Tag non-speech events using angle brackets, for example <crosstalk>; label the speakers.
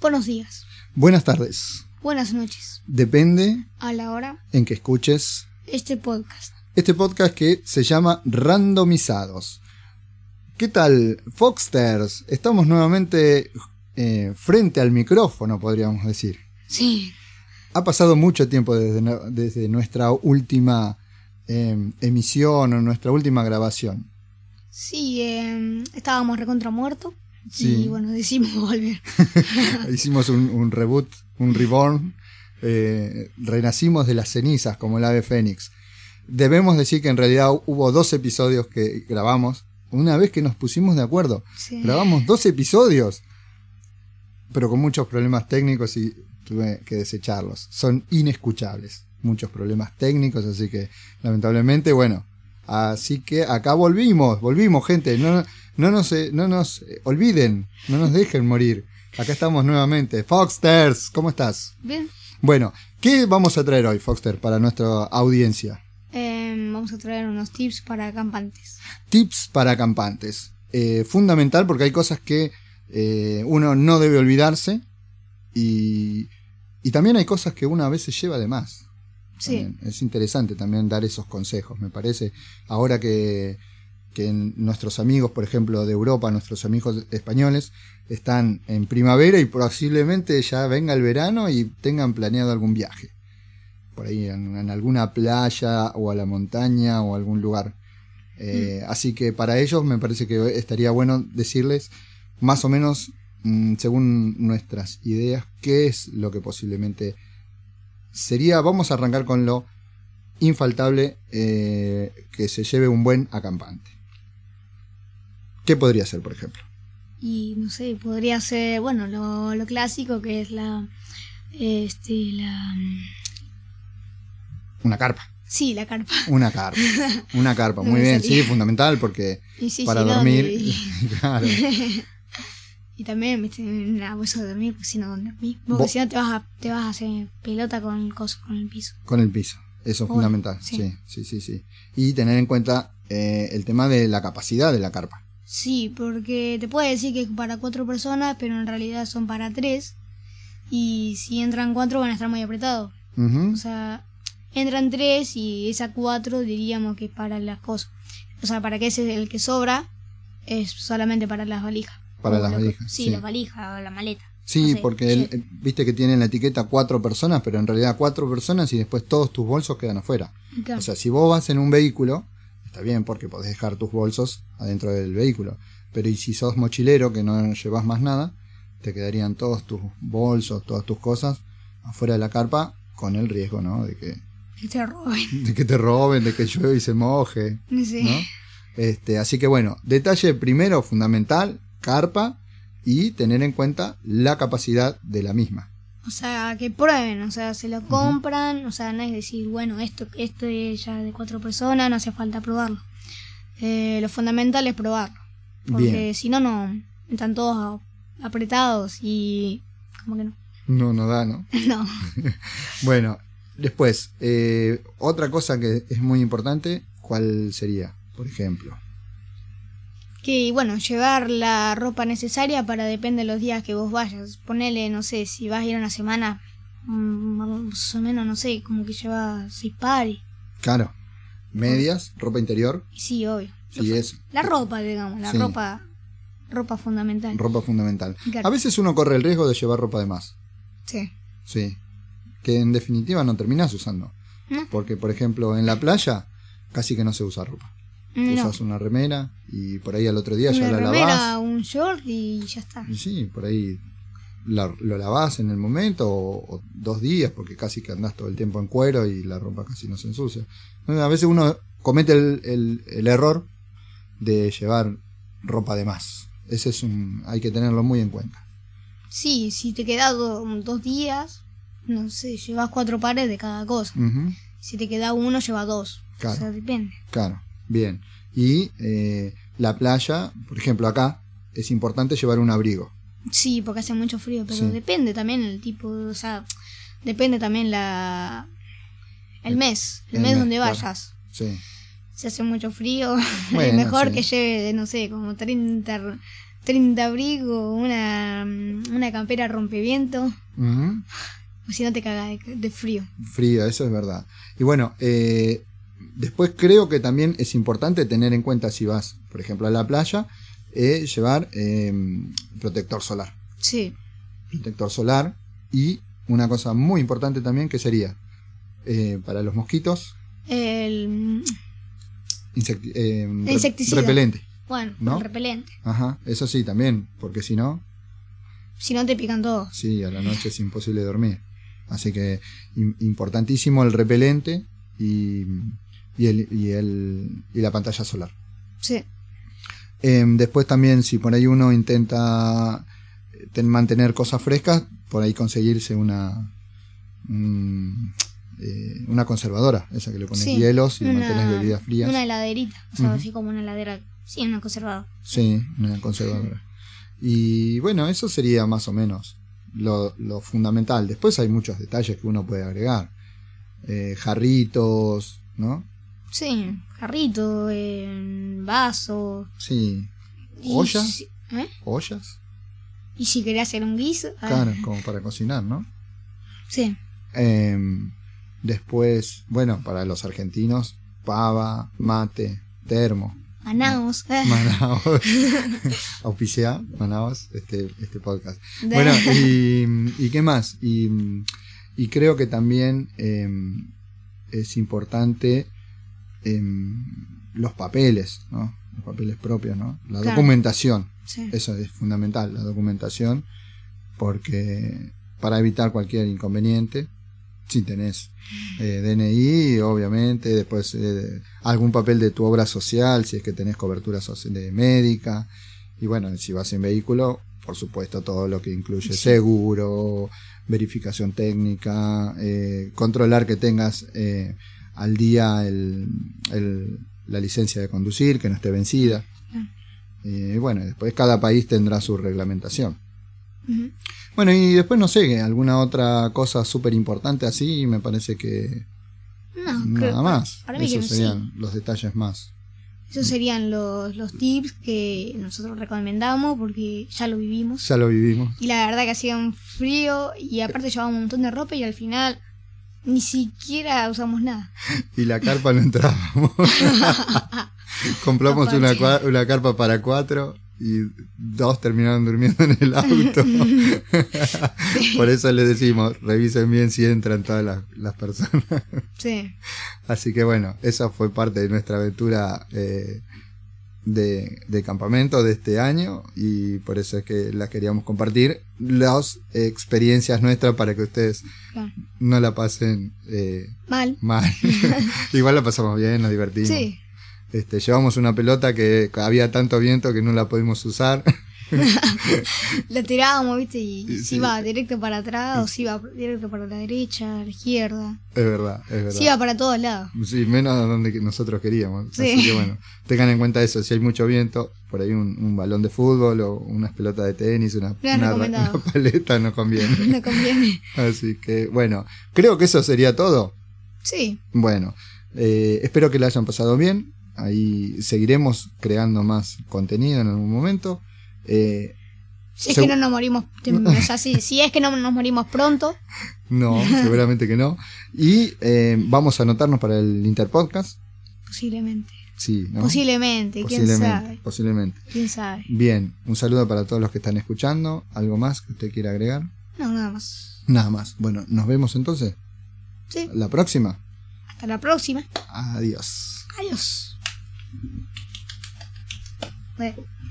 Speaker 1: Buenos días,
Speaker 2: Buenas tardes.
Speaker 1: buenas noches,
Speaker 2: Depende
Speaker 1: a la hora
Speaker 2: en que escuches
Speaker 1: este podcast.
Speaker 2: este podcast que se llama Randomizados. ¿Qué tal, Foxters? Estamos nuevamente eh, frente al micrófono, podríamos decir.
Speaker 1: Sí,
Speaker 2: Ha pasado mucho tiempo desde, nu- desde nuestra última eh, emisión o nuestra última grabación.
Speaker 1: sí, eh, estábamos recontra muerto
Speaker 2: Sí.
Speaker 1: y bueno, decimos <laughs> volver.
Speaker 2: <laughs> Hicimos un, un reboot, un reborn. eh, renacimos de las cenizas como el ave fénix. Debemos decir que en realidad hubo dos episodios que grabamos. Una vez que nos pusimos de acuerdo,
Speaker 1: Sí.
Speaker 2: grabamos dos episodios, pero con muchos problemas técnicos y tuve que desecharlos. Son inescuchables, muchos problemas técnicos, así que lamentablemente, bueno, así que acá volvimos, volvimos gente, no, no, nos, eh, no nos eh, olviden, no nos dejen morir. Acá estamos nuevamente. Foxters, ¿cómo estás?
Speaker 1: Bien,
Speaker 2: Bueno, ¿qué vamos a traer hoy, Foxter, para nuestra audiencia?
Speaker 1: eh, vamos a traer unos tips para acampantes.
Speaker 2: tips para acampantes. Eh, fundamental porque hay cosas que eh, uno no debe olvidarse y, y también hay cosas que uno a veces lleva de más.
Speaker 1: Sí,
Speaker 2: También. Es interesante también dar esos consejos, me parece. Ahora que, que en- nuestros amigos, por ejemplo, de Europa, nuestros amigos españoles, están en primavera y posiblemente ya venga el verano y tengan planeado algún viaje. Por ahí en, en alguna playa o a la montaña o algún lugar.
Speaker 1: Mm.
Speaker 2: Eh, Así que para ellos me parece que estaría bueno decirles más o menos, mm, según nuestras ideas, qué es lo que posiblemente sería, vamos a arrancar con lo infaltable eh, que se lleve un buen acampante. ¿Qué podría ser, por ejemplo?
Speaker 1: y no sé, podría ser, bueno, lo, lo clásico que es la, este, la,
Speaker 2: Una carpa.
Speaker 1: sí, la carpa. <laughs>
Speaker 2: Una carpa. Una carpa,
Speaker 1: No
Speaker 2: muy
Speaker 1: me
Speaker 2: bien,
Speaker 1: salía.
Speaker 2: sí, fundamental porque
Speaker 1: Y sí,
Speaker 2: para
Speaker 1: sí, no,
Speaker 2: dormir.
Speaker 1: y,
Speaker 2: <laughs> claro.
Speaker 1: y también viste, en la bolsa de dormir, porque si no dormís, porque
Speaker 2: Vos-
Speaker 1: si no te vas a, te vas a hacer pelota con el coso, con el piso.
Speaker 2: Con el piso. Eso es
Speaker 1: Bueno,
Speaker 2: fundamental.
Speaker 1: sí.
Speaker 2: Sí, sí, sí, sí. Y tener en cuenta eh, el tema de la capacidad de la carpa.
Speaker 1: Sí, porque te puede decir que es para cuatro personas, pero en realidad son para tres. Y si entran cuatro van a estar muy apretados.
Speaker 2: Ujú.
Speaker 1: O sea, entran tres y esa cuatro diríamos que es para las cosas. O sea, para que ese el que sobra es solamente para las valijas.
Speaker 2: Para
Speaker 1: O
Speaker 2: las
Speaker 1: lo que-
Speaker 2: valijas,
Speaker 1: Sí,
Speaker 2: sí.
Speaker 1: las valijas o la maleta.
Speaker 2: Sí,
Speaker 1: No sé,
Speaker 2: porque el- eh,
Speaker 1: sí.
Speaker 2: viste que tienen la etiqueta cuatro personas, pero en realidad cuatro personas y después todos tus bolsos quedan afuera.
Speaker 1: Claro. <laughs>
Speaker 2: O sea, si vos vas en un vehículo, está bien porque podés dejar tus bolsos adentro del vehículo. Pero y si sos mochilero, que no llevas más nada, te quedarían todos tus bolsos, todas tus cosas afuera de la carpa con el riesgo, ¿no? De que,
Speaker 1: Que te roben.
Speaker 2: de que te roben, de que llueve y se moje,
Speaker 1: este No sé.
Speaker 2: ¿no? Este, así que bueno, detalle primero fundamental, carpa y tener en cuenta la capacidad de la misma.
Speaker 1: O sea, que prueben, o sea, se lo compran, o sea, no es decir, bueno, esto, esto es ya de cuatro personas, no hace falta probarlo. Eh, lo fundamental es probarlo, porque
Speaker 2: Bien.
Speaker 1: si no, no, están todos a- apretados y como que no. <laughs>
Speaker 2: No, no da, ¿no?
Speaker 1: No,
Speaker 2: Bueno, después, eh, otra cosa que es muy importante, ¿cuál sería? Por ejemplo.
Speaker 1: que bueno, llevar la ropa necesaria para depende de los días que vos vayas. Ponele, no sé, si vas a ir una semana, mm, más o menos, no sé, como que llevas seis pares.
Speaker 2: Claro, medias, ropa interior,
Speaker 1: Y sí, obvio. Lo
Speaker 2: sí
Speaker 1: fu-
Speaker 2: es
Speaker 1: La ropa, digamos, la
Speaker 2: Sí.
Speaker 1: ropa ropa fundamental.
Speaker 2: ropa fundamental.
Speaker 1: Claro.
Speaker 2: A veces uno corre el riesgo de llevar ropa de más,
Speaker 1: Sí.
Speaker 2: sí, que en definitiva no terminás usando.
Speaker 1: No.
Speaker 2: Porque, por ejemplo, en la playa casi que no se usa ropa.
Speaker 1: No.
Speaker 2: Usas una remera y por ahí al otro día ya
Speaker 1: Una
Speaker 2: la
Speaker 1: remera,
Speaker 2: lavás.
Speaker 1: un short y ya está.
Speaker 2: Y Sí, por ahí la- lo lavás en el momento o, o dos días, porque casi que andás todo el tiempo en cuero y la ropa casi no se ensucia. Entonces, a veces uno comete el, el- el error de llevar ropa de más. Ese es un. hay que tenerlo muy en cuenta.
Speaker 1: Sí, si te quedas do- dos días, no sé, llevas cuatro pares de cada cosa.
Speaker 2: Ujú,
Speaker 1: Si te queda uno, llevas dos.
Speaker 2: Claro.
Speaker 1: O sea, depende.
Speaker 2: Claro, bien. Y eh, la playa, por ejemplo, acá es importante llevar un abrigo.
Speaker 1: Sí, porque hace mucho frío, pero
Speaker 2: Sí.
Speaker 1: depende también el tipo, o sea, depende también la el
Speaker 2: El-
Speaker 1: mes, el,
Speaker 2: el
Speaker 1: mes,
Speaker 2: mes,
Speaker 1: donde
Speaker 2: claro.
Speaker 1: vayas.
Speaker 2: Sí.
Speaker 1: Si hace mucho frío, <laughs> es
Speaker 2: Bueno,
Speaker 1: mejor
Speaker 2: sí.
Speaker 1: que lleve, no sé, como 30, 30 abrigo, una, una campera rompeviento,
Speaker 2: Ujú.
Speaker 1: o si no te cagas de, de frío.
Speaker 2: Frío, eso es verdad. Y bueno, eh, después creo que también es importante tener en cuenta si vas, por ejemplo, a la playa, eh, llevar eh, protector solar.
Speaker 1: Sí,
Speaker 2: Protector solar y una cosa muy importante también que sería eh, para los mosquitos,
Speaker 1: el.
Speaker 2: insecti- eh, re-
Speaker 1: Insecticida.
Speaker 2: repelente.
Speaker 1: Bueno,
Speaker 2: ¿No?
Speaker 1: el repelente.
Speaker 2: Ajá, eso sí, también, porque si no,
Speaker 1: Si no te pican todos.
Speaker 2: Sí, a la noche es imposible dormir. Así que im- importantísimo el repelente y, y el, y, el- y la pantalla solar.
Speaker 1: Sí.
Speaker 2: Em, después también, si por ahí uno intenta eh, ten- mantener cosas frescas, por ahí conseguirse una un, eh, una conservadora, esa que le pones
Speaker 1: sí.
Speaker 2: hielos y
Speaker 1: Una-
Speaker 2: mantenés bebidas frías.
Speaker 1: Una heladerita, o sea,
Speaker 2: Ujú.
Speaker 1: así como una heladera. Sí, una conservada.
Speaker 2: Sí, una conservadora. Y bueno, eso sería más o menos lo, lo fundamental. Después hay muchos detalles que uno puede agregar. Eh, jarritos, ¿no?
Speaker 1: Sí, jarrito, eh, vaso.
Speaker 2: Sí.
Speaker 1: y
Speaker 2: ¿Olla?
Speaker 1: si- ¿eh?
Speaker 2: Ollas.
Speaker 1: Y si querés hacer un guiso. ah,
Speaker 2: Claro, como para cocinar, ¿no?
Speaker 1: Sí,
Speaker 2: Em, después, bueno, para los argentinos, pava, mate, termo.
Speaker 1: manaos. ah,
Speaker 2: Manaos. <laughs> Auspicia, Manaos, este, este podcast.
Speaker 1: de-
Speaker 2: Bueno, y, y qué más? Y, y creo que también eh, es importante eh, los papeles, ¿no? Los papeles propios, ¿no? La
Speaker 1: Claro.
Speaker 2: documentación,
Speaker 1: sí.
Speaker 2: eso es fundamental, la documentación, porque para evitar cualquier inconveniente, si tenés eh, DNI, obviamente, después eh, algún papel de tu obra social, si es que tenés cobertura soci- de médica, y bueno, si vas en vehículo, por supuesto, todo lo que incluye
Speaker 1: Sí.
Speaker 2: seguro, verificación técnica, eh, controlar que tengas eh, al día el- el- la licencia de conducir, que no esté vencida.
Speaker 1: Ah.
Speaker 2: Eh, bueno, después cada país tendrá su reglamentación.
Speaker 1: Ujú.
Speaker 2: Bueno, y después no sé, alguna otra cosa súper importante así, me parece que
Speaker 1: No, Ah, creo-
Speaker 2: nada más.
Speaker 1: para mí que
Speaker 2: Esos
Speaker 1: sí.
Speaker 2: serían los detalles más.
Speaker 1: Esos serían los, los tips que nosotros recomendamos porque ya lo vivimos.
Speaker 2: Ya lo vivimos.
Speaker 1: Y la verdad que hacía un frío y aparte llevábamos un montón de ropa y al final ni siquiera usamos nada.
Speaker 2: Y la carpa no
Speaker 1: <laughs>
Speaker 2: entrábamos. Compramos
Speaker 1: Papá,
Speaker 2: una,
Speaker 1: sí.
Speaker 2: cua- una carpa para cuatro y dos terminaron durmiendo en
Speaker 1: <laughs>
Speaker 2: el auto. <laughs> Por eso les decimos, revisen bien si entran todas las, las personas.
Speaker 1: Sí,
Speaker 2: Así que bueno, esa fue parte de nuestra aventura eh, de, de campamento de este año y por eso es que la queríamos compartir, las experiencias nuestras para que ustedes
Speaker 1: claro.
Speaker 2: no la pasen eh,
Speaker 1: Mal.
Speaker 2: mal. <laughs> Igual la pasamos bien, nos divertimos.
Speaker 1: Sí,
Speaker 2: Este, llevamos una pelota que había tanto viento que no la pudimos usar. <laughs>
Speaker 1: la tirábamos, viste, y
Speaker 2: Sí, sí.
Speaker 1: si iba directo para atrás o si iba directo para la derecha, a la izquierda.
Speaker 2: es verdad, es verdad.
Speaker 1: Si iba para todos lados.
Speaker 2: <laughs> Sí, menos a donde que nosotros queríamos.
Speaker 1: Sí.
Speaker 2: Así que bueno, tengan en cuenta eso. Si hay mucho viento, por ahí un, un balón de fútbol o unas pelotas de tenis, una,
Speaker 1: No es
Speaker 2: una-
Speaker 1: recomendado.
Speaker 2: una paleta no conviene.
Speaker 1: No conviene.
Speaker 2: Así que bueno, creo que eso sería todo.
Speaker 1: Sí,
Speaker 2: Bueno, eh, espero que la hayan pasado bien. Ahí seguiremos creando más contenido en algún momento. Eh,
Speaker 1: si es
Speaker 2: Segu-
Speaker 1: que no nos morimos,
Speaker 2: <laughs>
Speaker 1: tem- o sea, si, si es que no nos morimos pronto,
Speaker 2: no,
Speaker 1: <laughs>
Speaker 2: seguramente que no. Y eh, vamos a anotarnos para el Interpodcast.
Speaker 1: posiblemente.
Speaker 2: Sí, ¿no?
Speaker 1: Posiblemente, quién
Speaker 2: Posiblemente,
Speaker 1: sabe.
Speaker 2: posiblemente.
Speaker 1: Quién sabe.
Speaker 2: Bien, un saludo para todos los que están escuchando. ¿Algo más que usted quiera agregar?
Speaker 1: No, nada más.
Speaker 2: Nada más. Bueno, nos vemos entonces.
Speaker 1: Sí,
Speaker 2: La próxima.
Speaker 1: hasta la próxima.
Speaker 2: Adiós.
Speaker 1: Adiós. Bueno.